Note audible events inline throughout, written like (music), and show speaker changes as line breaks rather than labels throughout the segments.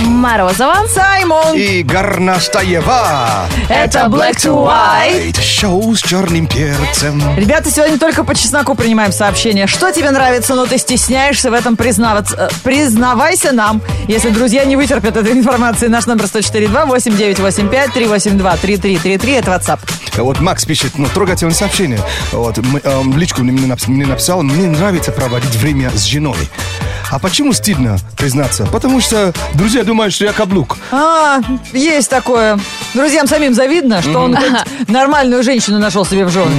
Морозова.
Саймон!
И Горнастаева.
Это Black to White.
Шоу с черным перцем.
Ребята, сегодня только по чесноку принимаем сообщение. Что тебе нравится, но ты стесняешься в этом признаваться? Э, Признавайся нам. Если друзья не вытерпят этой информации, наш номер 104-2-8985-382-3333. Это WhatsApp.
Вот Макс пишет, ну, трогательное сообщение. Вот, м- эм, личку мне напис- мне написал, мне нравится проводить время с женой. А почему стыдно признаться? Потому что друзья думают, что я каблук.
А, есть такое. Друзьям самим завидно, что он говорит, нормальную женщину нашел себе в жены.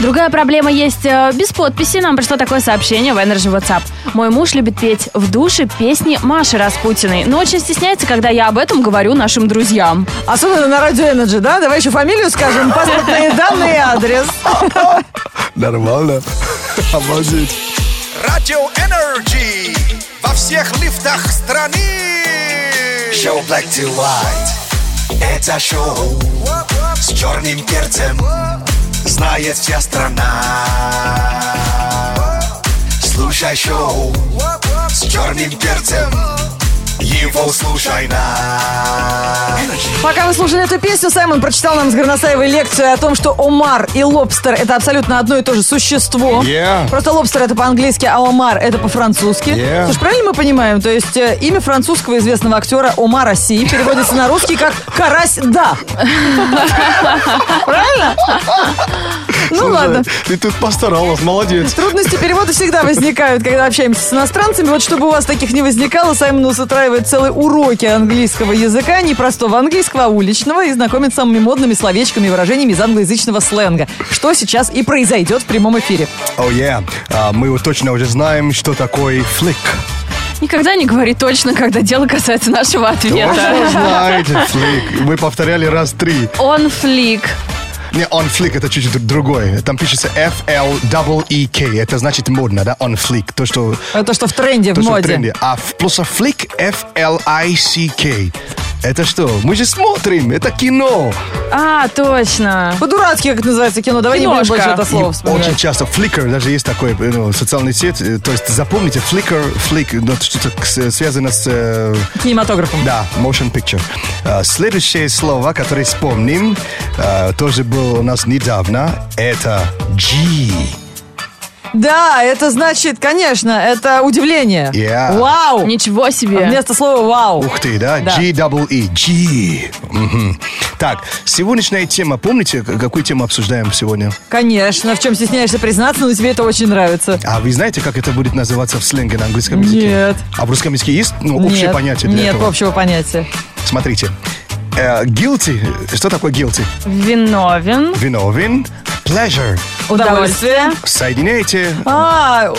Другая проблема есть э, без подписи. Нам пришло такое сообщение в Energy WhatsApp. Мой муж любит петь в душе песни Маши Распутиной, но очень стесняется, когда я об этом говорю нашим друзьям.
Особенно на радио Energy, да? Давай еще фамилию скажем, паспортные данные и адрес.
Нормально. (laughs) Обалдеть.
Радио Энерджи во всех лифтах страны. Шоу Black to White. Это шоу с черным перцем. Знает вся страна. Слушай шоу с черным перцем. Его слушай на.
Пока вы слушали эту песню, Саймон прочитал нам с Горносаевой лекцию о том, что омар и лобстер – это абсолютно одно и то же существо.
Yeah.
Просто лобстер – это по-английски, а омар – это по-французски.
Yeah.
Слушай, правильно мы понимаем? То есть э, имя французского известного актера Омара Си переводится на русский как «карась
(laughs)
да». Правильно? Ну ладно.
Ты тут постаралась, молодец.
Трудности перевода всегда возникают, когда общаемся с иностранцами. Вот чтобы у вас таких не возникало, Саймонус устраивает целые уроки английского языка, не простого английского, а уличного, и знакомит с самыми модными словечками и выражениями из англоязычного сленга, что сейчас и произойдет в прямом эфире.
О, yeah. А, мы вот точно уже знаем, что такое флик.
Никогда не говори точно, когда дело касается нашего
Точно
ответа.
знаете, флик. Мы повторяли раз три.
Он флик.
Не, on flick это чуть-чуть другое. Там пишется F-L-E-E-K. Это значит модно, да? On flick. То, что,
Это что в тренде,
то,
в
что в
моде.
тренде. А в- плюс флик F-L-I-C-K. Это что? Мы же смотрим. Это кино.
А, точно.
По-дурацки, как это называется кино. Давай не
Киношка.
будем больше это
И
слово вспоминать.
очень часто Flickr, даже есть такой э, ну, социальный сеть. э, То есть запомните Flickr, Flick, ну, это что-то к- с- связано с... э,
Кинематографом.
Да, motion picture. Э, Следующее слово, которое вспомним, э, тоже было у нас недавно, это G.
Да, это значит, конечно, это удивление.
Yeah.
Вау!
Ничего себе.
Вместо слова вау.
Ух ты, да?
Да.
G-double-E. G. Мгм. Так, сегодняшняя тема. Помните, к- какую тему обсуждаем сегодня?
Конечно, в чем стесняешься признаться, но тебе это очень нравится.
А вы знаете, как это будет называться в сленге на английском языке?
Нет.
А в русском языке есть ну, общее
Нет,
понятие для
Нет
этого?
общего понятия.
Смотрите. Э, guilty. Что такое guilty?
Виновен.
Виновен. Pleasure.
Удовольствие.
Соединяйте.
А,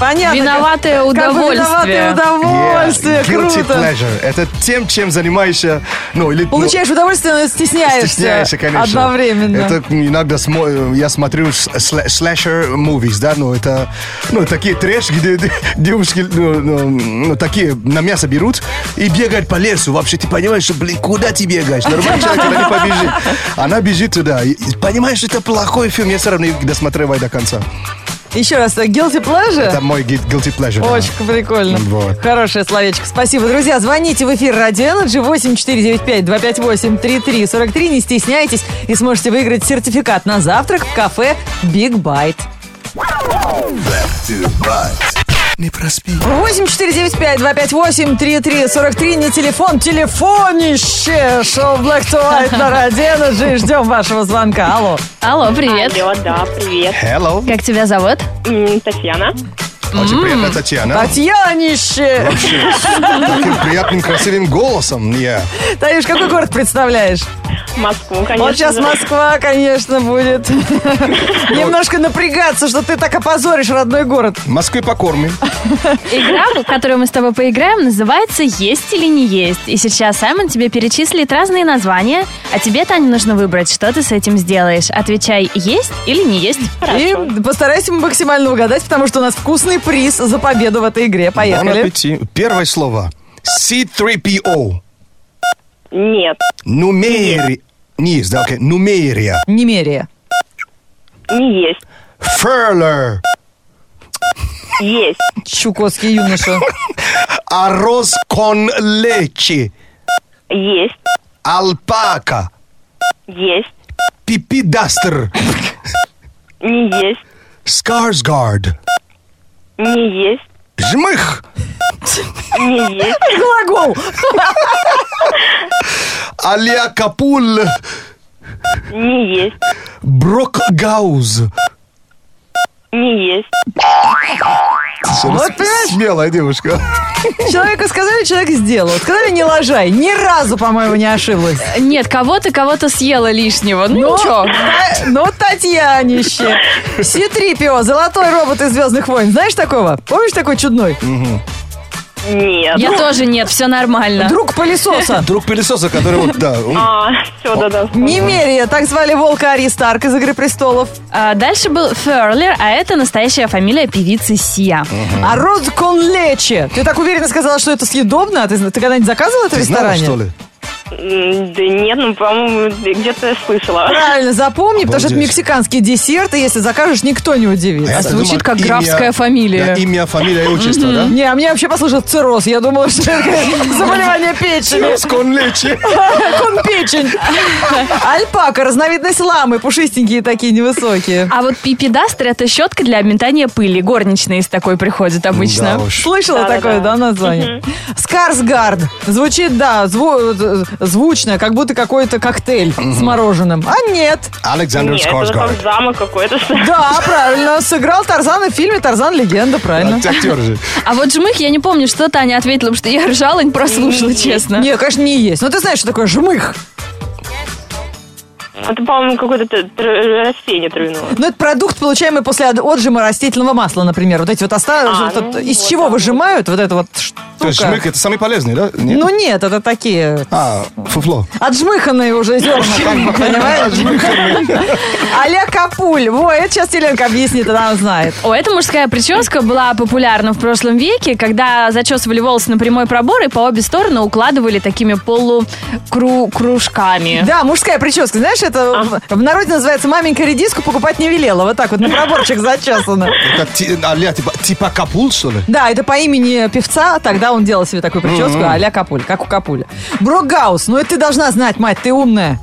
понятно.
Виноватое
как- как бы
удовольствие.
виноватое удовольствие,
Yeah, Guilty
круто.
pleasure. Это тем, чем занимаешься. Ну, или, ну,
Получаешь удовольствие, но стесняешься.
стесняешься, конечно.
Одновременно.
Это м, иногда смо- я смотрю слэшер movies, да, ну это, ну такие трэш, где д- девушки, ну, ну, ну, такие на мясо берут и бегают по лесу. Вообще ты понимаешь, что, блин, куда ты
(laughs)
бегаешь? Нормальный человек туда не побежит. Она бежит туда. И- и Понимаешь, это плохой фильм, я все равно их досматриваю до конца.
Еще раз, э, guilty pleasure?
Это мой гui- guilty pleasure. да.
Очень прикольно.
Вот.
Хорошее словечко. Спасибо, друзья. Звоните в эфир Радио Energy 8495-258-3343. Не стесняйтесь и сможете выиграть сертификат на завтрак в кафе Big Bite.
Не проспи.
8495-258-3343. Не телефон, телефонище. Шоу Black to White на Радио Energy. Ждем вашего звонка. Алло.
Алло, привет.
Алло, да, привет.
Hello.
Как тебя зовут?
М, Татьяна.
М-м.
Очень приятно, Татьяна.
Татьянище.
Таким приятным, красивым голосом. Я.
Танюш, какой город представляешь?
Москву, конечно.
Вот сейчас
же.
Москва, конечно, будет. Немножко напрягаться, что ты так опозоришь родной город.
Москвы покормим.
Игра, в которую мы с тобой поиграем, называется «Есть или не есть». И сейчас Саймон тебе перечислит разные названия, а тебе, Таня, нужно выбрать, что ты с этим сделаешь. Отвечай «Есть» или «Не есть».
И постарайся максимально угадать, потому что у нас вкусный приз за победу в этой игре.
Бон
Поехали.
аппетит. Первое слово. C3PO.
Нет,
Нумери. Низ, да, окей. Нумерия.
Немерия.
не есть.
Ферлер.
Есть.
Чукотский юноша.
Аросконлечи.
Есть.
Алпака.
Есть.
Пипидастер.
Не есть.
Скарсгард.
Не есть.
Жмых.
Не есть.
Глагол.
Алиакапуль.
Не есть.
Брокгауз.
Не есть.
Вот понимаешь?
Смелая девушка.
Человеку сказали, человек сделал. Сказали, не лажай. Ни разу, по-моему, не ошиблась.
Нет, кого-то кого-то съела лишнего. Ну,
Ну,
чё?
Та- ну, Татьянище. Ситрипио, золотой робот из «Звездных войн». Знаешь такого? Помнишь такой чудной?
Нет.
Я тоже нет, все нормально.
Друг пылесоса.
Друг пылесоса, который вот, да, он-
А, все, да-да.
Немерия, так звали волка Ари Старк из «Игры престолов».
А дальше был Ферлер, а это настоящая фамилия певицы Сия.
А род кон лечи. Ты так уверенно сказала, что это съедобно? А Ты, ты когда-нибудь заказывала это в
ты знала,
ресторане?
что ли?
М, Да нет, ну, по-моему, где-то я слышала.
Правильно, запомни, потому что это
Обалдеть. А
мексиканский десерт, и если закажешь, никто не А удивится.
я
звучит
думал,
как
имя-
графская фамилия.
Да, имя, фамилия и отчество, да?
Не, а мне вообще послушал цирроз. Я думала, что
(laughs)
это заболевание печени.
Сконлечи.
Кон печень. Альпака, разновидность ламы, пушистенькие такие, невысокие.
А вот пипидастер это щетка для обметания пыли. Горничные из такой приходят
Да
обычно.
уж.
Слышала
Да-да-да.
такое, да, название? Скарсгард. Звучит, да, зву- звучно, как будто какой-то коктейль с мороженым. А нет.
Александр
Нет, это как
Скарсгард.
замок какой-то. (laughs)
Да, правильно. Сыграл Тарзана в фильме «Тарзан. Легенда», правильно.
Актер же.
А вот жмых, я не помню, что Таня ответила, потому что я ржала, не прослушала, честно.
Не, конечно, не есть. Но ты знаешь, что такое жмых.
Это, по-моему, какое-то т- тр- растение травяное.
Ну, это продукт, получаемый после от- отжима растительного масла, например. Вот эти вот оста...
А,
вот это-
ну,
из
вот
чего
так вот.
выжимают вот это вот
То есть
штука.
шмык это самый полезный, да? Нет?
Ну, нет, это такие
А, фуфло.
отжмыханные уже зерна, как бы, понимаешь? Аля Капуль. Во, это сейчас Еленка объяснит, она знает.
О, эта мужская прическа была популярна в прошлом веке, когда зачесывали волосы на прямой пробор и по обе стороны укладывали такими полукружками.
Да, мужская прическа, знаешь, это в- в народе называется маменька редиску покупать не велела. Вот так вот на проборчик зачесано.
Это ти- а-ля типа, типа капул, что ли?
Да, это по имени певца, тогда он делал себе такую прическу, а-ля Капуль, как у Капуля. Брокгаус, ну это ты должна знать, мать, ты умная.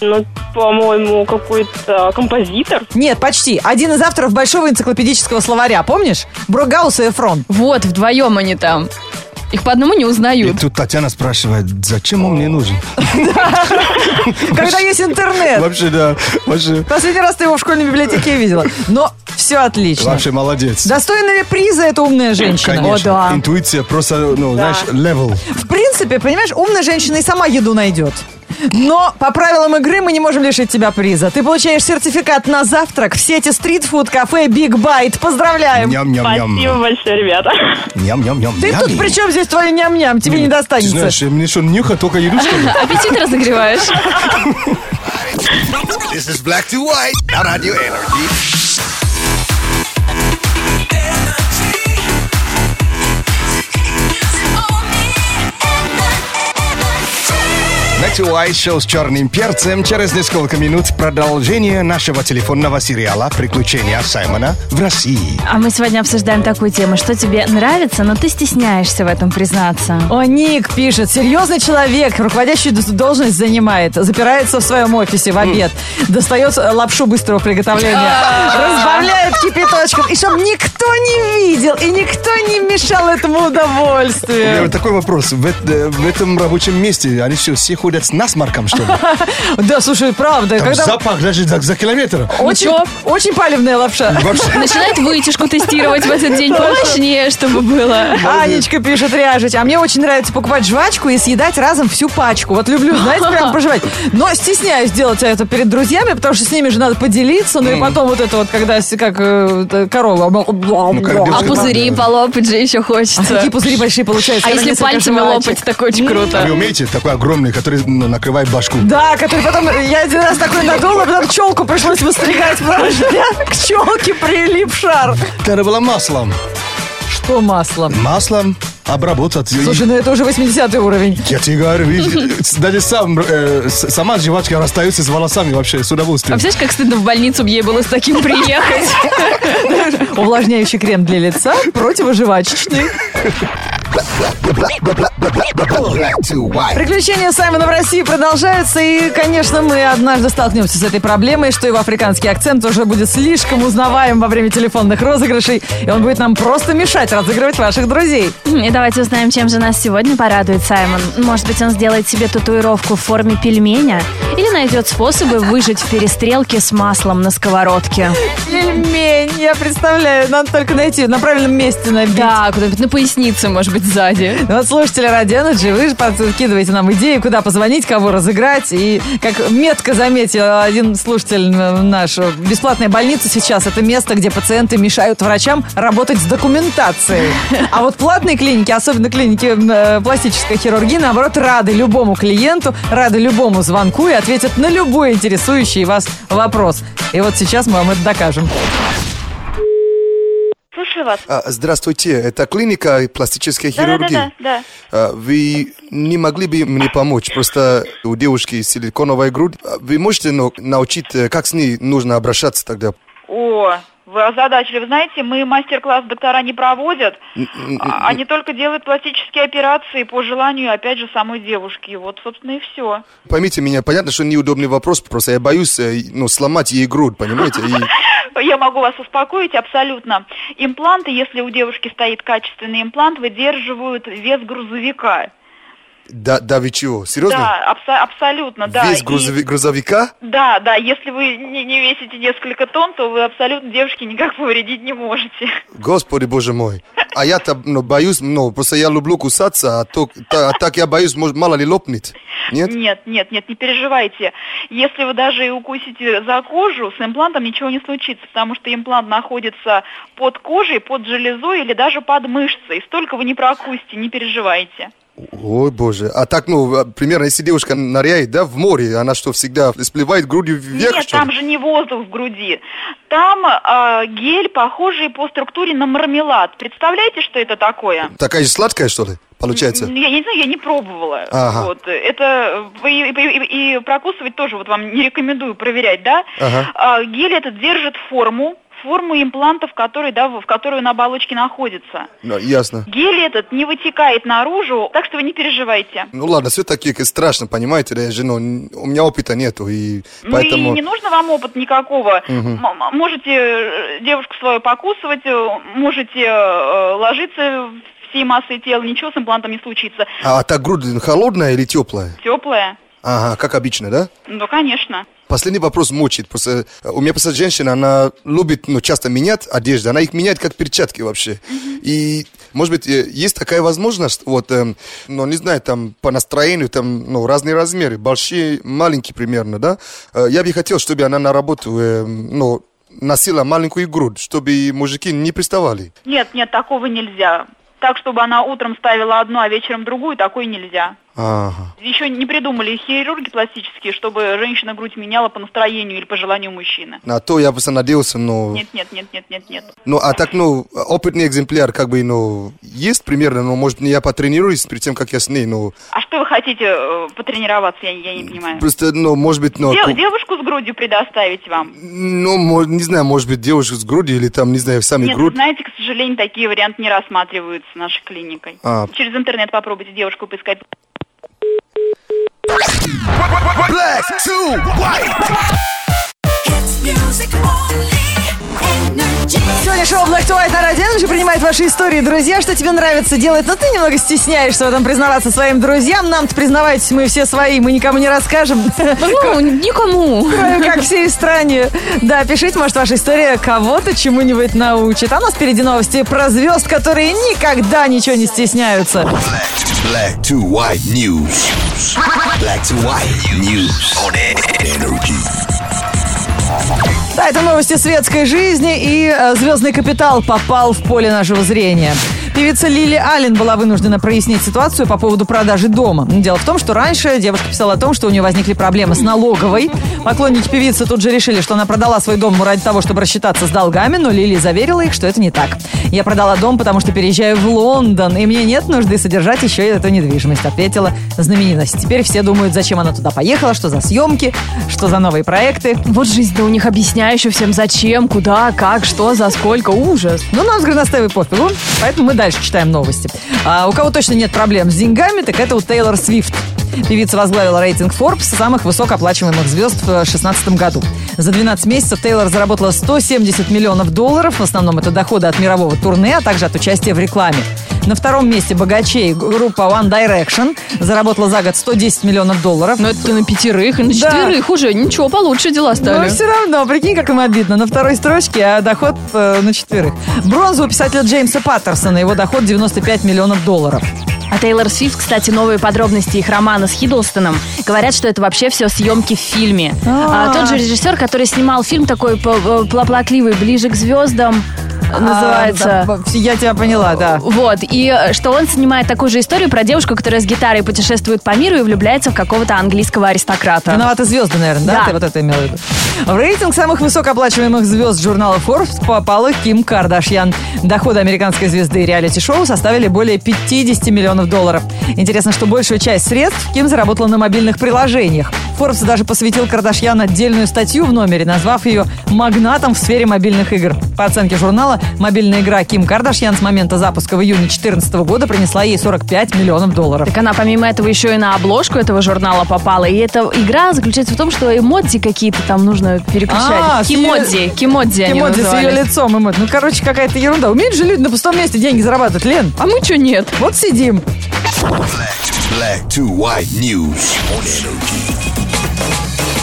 Ну, по-моему, какой-то композитор.
Нет, почти. Один из авторов большого энциклопедического словаря, помнишь? Брокгаус и Эфрон.
Вот, вдвоем они там. Их по одному не
И
узнают.
тут Татьяна спрашивает, зачем он мне нужен?
Когда есть интернет.
Вообще, да, вообще,
Последний раз ты его в школьной библиотеке видела. Но все отлично.
вообще молодец.
Достойна ли приза эта умная женщина?
Конечно.
О, да.
Интуиция просто, ну, знаешь, левел.
В принципе, понимаешь, умная женщина и сама еду найдет. Но по правилам игры мы не можем лишить тебя приза. Ты получаешь сертификат на завтрак в сети стритфуд кафе Биг Байт. Поздравляем!
Спасибо
Ням-ням-ням.
большое, ребята.
Ням-ням-ням.
Эм, Ты тут при чем здесь твой ням-ням? Тебе не
Ты
достанется.
знаешь, мне что, нюха только еду, что ли?
Аппетит разогреваешь.
This is Black to White на Radio Energy.
Black to White шоу с черным перцем. Через несколько минут продолжение нашего телефонного сериала «Приключения Саймона в России».
А мы сегодня обсуждаем такую тему, что тебе нравится, но ты стесняешься в этом признаться.
О, Ник пишет, серьезный человек, руководящую дос- должность занимает, запирается в своем офисе в обед, достает э, лапшу быстрого приготовления,
(laughs)
разбавляет кипяточком, и чтобы никто не видел, и никто не мешал этому
У меня
удовольствию.
вот такой вопрос. В, эт- э, в этом рабочем месте они все, все ходят с насморком,
(laughs)
что ли?
Да, слушай, правда,
Там
когда...
запах даже за, за километр.
Очень,
Ничего.
очень палевная лапша.
Вообще.
Начинает вытяжку тестировать в этот день помощнее, чтобы было.
Анечка пишет, ряжить. А мне очень нравится покупать жвачку и съедать разом всю пачку. Вот люблю, знаете,
(laughs)
прям проживать. Но стесняюсь делать это перед друзьями, потому что с ними же надо поделиться. Ну и потом вот это вот, когда с- как э, т- корова.
девушка,
А
да.
пузыри полопать же еще хочется.
Такие пузыри большие получаются.
А
когда
если
несколько
пальцами
жвачек.
лопать, так очень
А
круто.
Вы умеете такой огромный, который ну, накрывает башку?
Да, который потом... Я один раз такой надула, потом челку пришлось выстригать, потому что (laughs) я к челке прилип шар.
Надо было маслом.
Что маслом?
Маслом обработать.
Слушай, ну это уже 80-й уровень.
я тебе говорю,
(laughs)
видишь, даже сам, э, с- сама жвачка расстается с волосами вообще с
А
удовольствием.
представляешь, как стыдно в больницу б ей было с таким приехать?
Увлажняющий крем для лица противожвачечный.
Black to white.
Приключения Саймона в России продолжаются, и, конечно, мы однажды столкнемся с этой проблемой, что его африканский акцент уже будет слишком узнаваем во время телефонных розыгрышей, и он будет нам просто мешать разыгрывать ваших друзей.
(laughs) И давайте узнаем, чем же нас сегодня порадует Саймон. Может быть, он сделает себе татуировку в форме пельменя? Или найдет способы выжить в перестрелке с маслом на сковородке?
Пельмень, я представляю, надо только найти, на правильном месте набить.
Да, куда-нибудь на пояснице, может быть, сзади.
Ну Вот слушатели Радио Energy, вы же подкидываете нам идеи, куда позвонить, кого разыграть. И как метко заметил один слушатель э, наш, э, бесплатная больница сейчас это место, где пациенты мешают врачам работать с документацией. А вот платные клиники, особенно клиники э, пластической хирургии, наоборот, рады любому клиенту, рады любому звонку и ответят на любой интересующий вас вопрос. И вот сейчас мы вам это докажем.
Слушаю вас.
А, Здравствуйте, это клиника пластической хирургии.
Да-да-да, да.
А, Вы не могли бы мне помочь? Просто у девушки силиконовая грудь. А, Вы можете ну, научить, э, как с ней нужно обращаться тогда?
О, вы озадачили. Вы знаете, мы мастер-класс доктора не проводят. а- Они только делают пластические операции по желанию, опять же, самой девушки. И вот, собственно, и все.
Поймите меня, понятно, что неудобный вопрос, просто я боюсь э, ну, сломать ей грудь, понимаете? И-
Я могу вас успокоить абсолютно. Импланты, если у девушки стоит качественный имплант, выдерживают вес грузовика.
Да, да вы чего? Серьезно?
Да, абсо- абсолютно, да.
Весь
И-
грузови- грузовика?
Да, да, если вы не, не весите несколько тонн, то вы абсолютно девушке никак повредить не можете.
Господи, боже мой. А я-то ну, боюсь, ну, просто я люблю кусаться, а, то, та- а так я боюсь, может, мало ли лопнет. Нет?
Нет, нет, нет, не переживайте. Если вы даже и укусите за кожу, с имплантом ничего не случится, потому что имплант находится под кожей, под железой или даже под мышцей. Столько вы не прокусите, не переживайте.
Ой, боже. А так, ну, а, примерно, если девушка ныряет, да, в море, она что, всегда всплывает грудью вверх,
Нет,
что
там
ли?
же не воздух в груди. Там а, гель, похожий по структуре на мармелад. Представляете, что это такое?
Такая же сладкая, что ли, получается?
Ну, Я не знаю, я не пробовала.
Ага.
Вот. Это э, и, и- и прокусывать тоже вот вам не рекомендую проверять, да?
Ага.
А, гель этот держит форму, форму имплантов, которые, да, в в которой на оболочке находится.
Ну, ясно.
Гель этот не вытекает наружу, так что вы не переживайте.
Ну ладно, все-таки страшно, понимаете, я же, ну, н- у меня опыта нету, и
Ну
поэтому...
и не нужно вам опыт никакого. М- м- Можете э, девушку свою покусывать, э, можете э, ложиться всей массой тела, ничего с имплантом не случится.
А так грудь холодная или теплая?
Теплая?
Ага, как обычно, да?
Ну, конечно.
Последний вопрос мучает. Просто э, у меня просто женщина, она любит ну, часто менять одежду. Она их меняет как перчатки вообще. И, может быть, э, есть такая возможность, вот, эм, ну, не знаю, там, по настроению, там, ну, разные размеры, большие, маленькие примерно, да? Э, Я бы хотел, чтобы она на работу, эм, ну, носила маленькую грудь, чтобы мужики не приставали.
Нет, нет, такого нельзя. Так, чтобы она утром ставила одну, а вечером другую, такой нельзя.
Ага.
Еще не придумали хирурги пластические, чтобы женщина грудь меняла по настроению или по желанию мужчины.
На то я просто надеялся, но...
Нет, нет, нет, нет, нет, нет.
Ну, а так, ну, опытный экземпляр, как бы, ну, есть примерно, но, может, я потренируюсь перед тем, как я с ней, ну,
А что вы хотите э, потренироваться, я, я не понимаю.
Просто, ну, может быть, ну,
Дев-
ку-
девушку с грудью предоставить вам?
ну, мо- не знаю, может быть, девушку с грудью или там, не знаю, сами
Нет,
грудь.
вы знаете, к сожалению, такие варианты не рассматриваются нашей клиникой.
А.
Через интернет попробуйте девушку поискать.
Black to white.
Hits music only. Energy.
Сегодня шоу Black to White на Радио Energy принимает ваши истории, друзья, что тебе нравится делать, но ты немного стесняешься в этом признаваться своим друзьям. Нам-то признавайтесь, мы все свои, мы никому не расскажем. (laughs)
Ну, никому.
Кроме как всей стране. Да, пишите, может, ваша история кого-то чему-нибудь научит. А у нас впереди новости про звезд, которые никогда ничего не стесняются.
Black to, black to white news. Black to white news on energy.
Да, это новости светской жизни, и э, «Звездный капитал» попал в поле нашего зрения. Певица Лили Аллен была вынуждена прояснить ситуацию по поводу продажи дома. Дело в том, что раньше девушка писала о том, что у нее возникли проблемы с налоговой. Поклонники певицы тут же решили, что она продала свой дом ради того, чтобы рассчитаться с долгами, но Лили заверила их, что это не так. «Я продала дом, потому что переезжаю в Лондон, и мне нет нужды содержать еще и эту недвижимость», ответила знаменитость. Теперь все думают, зачем она туда поехала, что за съемки, что за новые проекты.
Вот жизнь-то у них объясняющая всем зачем, куда, как, что, за сколько. Ужас.
Ну, нам с горностаевой пофигу, поэтому мы дальше дальше читаем новости. А, у кого точно нет проблем с деньгами, так это у Тейлор Свифт. Певица возглавила рейтинг Forbes самых высокооплачиваемых звезд в 2016 году. За 12 месяцев Тейлор заработала 170 миллионов долларов. В основном это доходы от мирового турне, а также от участия в рекламе. На втором месте богачей группа One Direction заработала за год 110 миллионов долларов.
Ну, это ты на пятерых, и на
Да.
четверых уже. Ничего, получше дела
Но
Ну,
стали.
все Ну, равно, прикинь, как им обидно. На второй строчке, а доход э, на четверых. Бронзу у писателя Джеймса Паттерсона. Его доход 95 миллионов долларов.
А Тейлор Свифт, кстати, новые подробности их романа с Хиддлстоном говорят, что это вообще все съемки в фильме.
А.
А, тот же режиссер, который снимал фильм такой п- п- плаплакливый, ближе к звездам,
А,
называется.
да, я тебя поняла, да.
Вот, и э, что он снимает такую же историю про девушку, которая с гитарой путешествует по миру и влюбляется в какого-то английского аристократа.
Виноваты звезды, наверное, да?
Да.
Ты вот это имела в виду. В рейтинг самых высокооплачиваемых звезд журнала Forbes попала Ким Кардашьян. Доходы американской звезды и реалити-шоу составили более 50 миллионов долларов. Интересно, что большую часть средств Ким заработала на мобильных приложениях. Forbes даже посвятил Кардашьян отдельную статью в номере, назвав ее «магнатом в сфере мобильных игр». По оценке журнала, мобильная игра Ким Кардашьян с момента запуска в июне 2014 года принесла ей 45 миллионов долларов.
Так она помимо этого еще и на обложку этого журнала попала. И эта игра заключается в том, что эмодзи какие-то там нужно переключать.
А, с её-
кимодзи, кимодзи они
Кимоди с ее
назывались.
лицом. эмодзи. Ну, короче, какая-то ерунда. Умеют же люди на пустом месте деньги зарабатывать, Лен?
А мы что нет?
Вот сидим.
Black to white news on energy.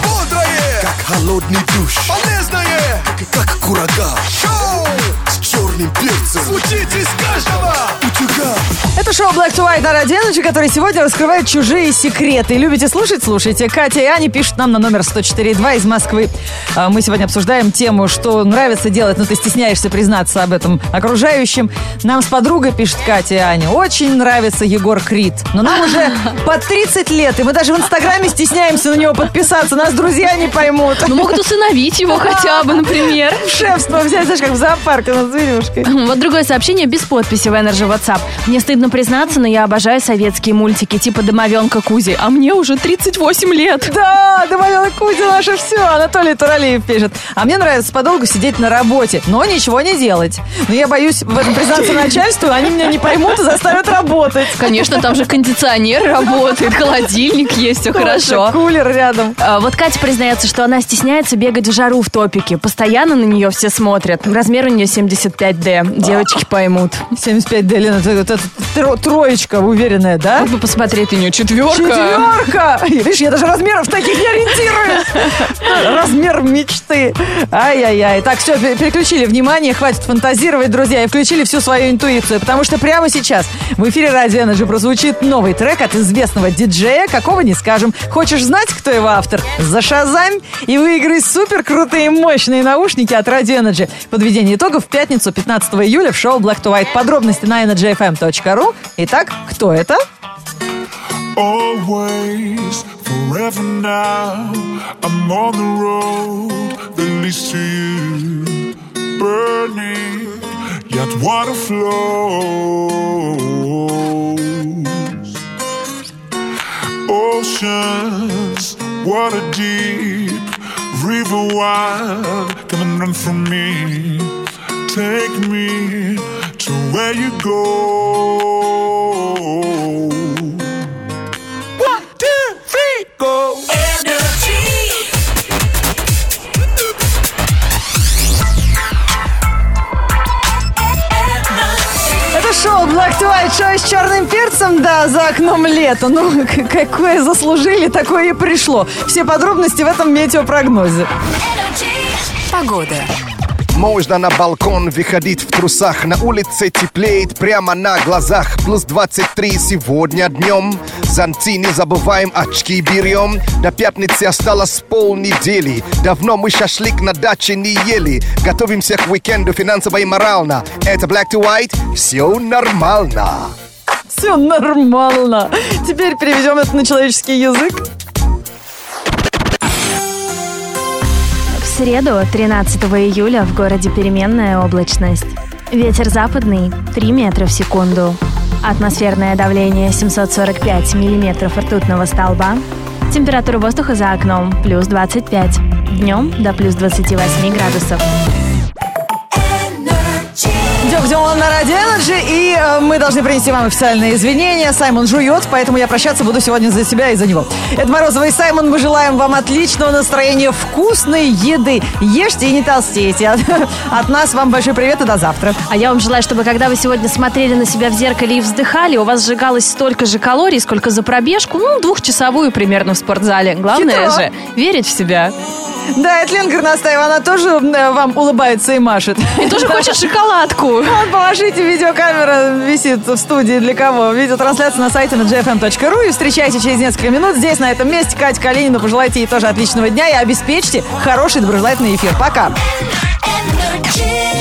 Бодрое, как холодный душ. Полезное, как курага. Шоу с черным перцем. Звучит из каждого утюга.
Это шоу Black to White на Радио Energy, который сегодня раскрывает чужие секреты. Любите слушать? Слушайте. Катя и Аня пишут нам на номер 104.2 из Москвы. А, Мы сегодня обсуждаем тему, что нравится делать, но ты стесняешься признаться об этом окружающим. Нам с подругой, пишет Катя и Аня, очень нравится Егор Крид. Но нам уже по 30 лет, и мы даже в Инстаграме стесняемся на него подписаться. Нас друзья не поймут.
Ну, могут усыновить
(laughs)
его хотя бы, например.
в шефство взять, знаешь, как в зоопарке над зверюшкой.
Вот другое сообщение без подписи в Energy WhatsApp. Мне стыдно признаться, но я обожаю советские мультики, типа «Домовенка Кузи». А мне уже 38 лет.
Да, Домовенок Кузя наше все. Анатолий Туралиев пишет. А мне нравится подолгу сидеть на работе, но ничего не делать. Но я боюсь в этом признаться начальству, они меня не поймут и заставят работать.
Конечно, там же кондиционер работает, холодильник есть, все
Точно,
хорошо.
Кулер рядом.
А, Вот Катя признается, что она стесняется бегать в жару в топике. Постоянно на нее все смотрят. Размер у нее 75D. Девочки поймут.
75 Д, Лена, это, это тро- троечка уверенная, да?
Как бы посмотреть на нее, четверка.
Четверка! Видишь, я даже размеров таких не ориентируюсь. Размер мечты. Ай-яй-яй. Так, все, переключили внимание, хватит фантазировать, друзья, и включили всю свою интуицию, потому что прямо сейчас в эфире Радио Energy прозвучит новый трек от известного диджея, какого не скажем. Хочешь знать, кто его автор? Зашазамь и выиграй супер крутые мощные наушники от Радио Energy. Подведение итогов в пятницу 15 июля в шоу Black to White. Подробности на energyfm.ru. Итак, кто это?
always, forever now. I'm on the road that leads to you, burning, yet water flows. Oceans, water deep, river wide, come and run from me. Take me to where you go. One, two, three, go.
Это шоу Black to White, шоу с черным перцем, да, за окном лето. Ну, (laughs) к- какое заслужили, такое и пришло. Все подробности в этом метеопрогнозе.
Погода.
Можно на балкон выходить в трусах На улице теплеет прямо на глазах Плюс 23 сегодня днем Зонты не забываем, очки берем До пятницы осталось полнедели Давно мы шашлык на даче не ели Готовимся к уикенду финансово и морально Это Black to White, все нормально
Все нормально. Теперь переведем это на человеческий язык.
В среду, 13 июля, в городе переменная облачность. Ветер западный 3 метра в секунду. Атмосферное давление 745 миллиметров ртутного столба. Температура воздуха за окном плюс 25. Днем до плюс 28 градусов.
Идем взяла на Ради Energy, и э, мы должны принести вам официальные извинения. Саймон жует, поэтому я прощаться буду сегодня за себя и за него. Это Морозова и Саймон. Мы желаем вам отличного настроения, вкусной еды. Ешьте и не толстейте. (laughs) От, от нас вам большой привет и до завтра.
А я вам желаю, чтобы когда вы сегодня смотрели на себя в зеркале и вздыхали, у вас сжигалось столько же калорий, сколько за пробежку, ну, двухчасовую примерно в спортзале. Главное
Хитро.
же верить в себя.
Да, это Лена Горностаева, она тоже э, вам улыбается и машет. (laughs)
И тоже хочет шоколадку.
Вон, положите, видеокамера висит в студии для кого. Видеотрансляция на сайте на gfm.ru и встречайте через несколько минут здесь, на этом месте, Катя Калинина. Пожелайте ей тоже отличного дня и обеспечьте хороший доброжелательный эфир. Пока!
Energy.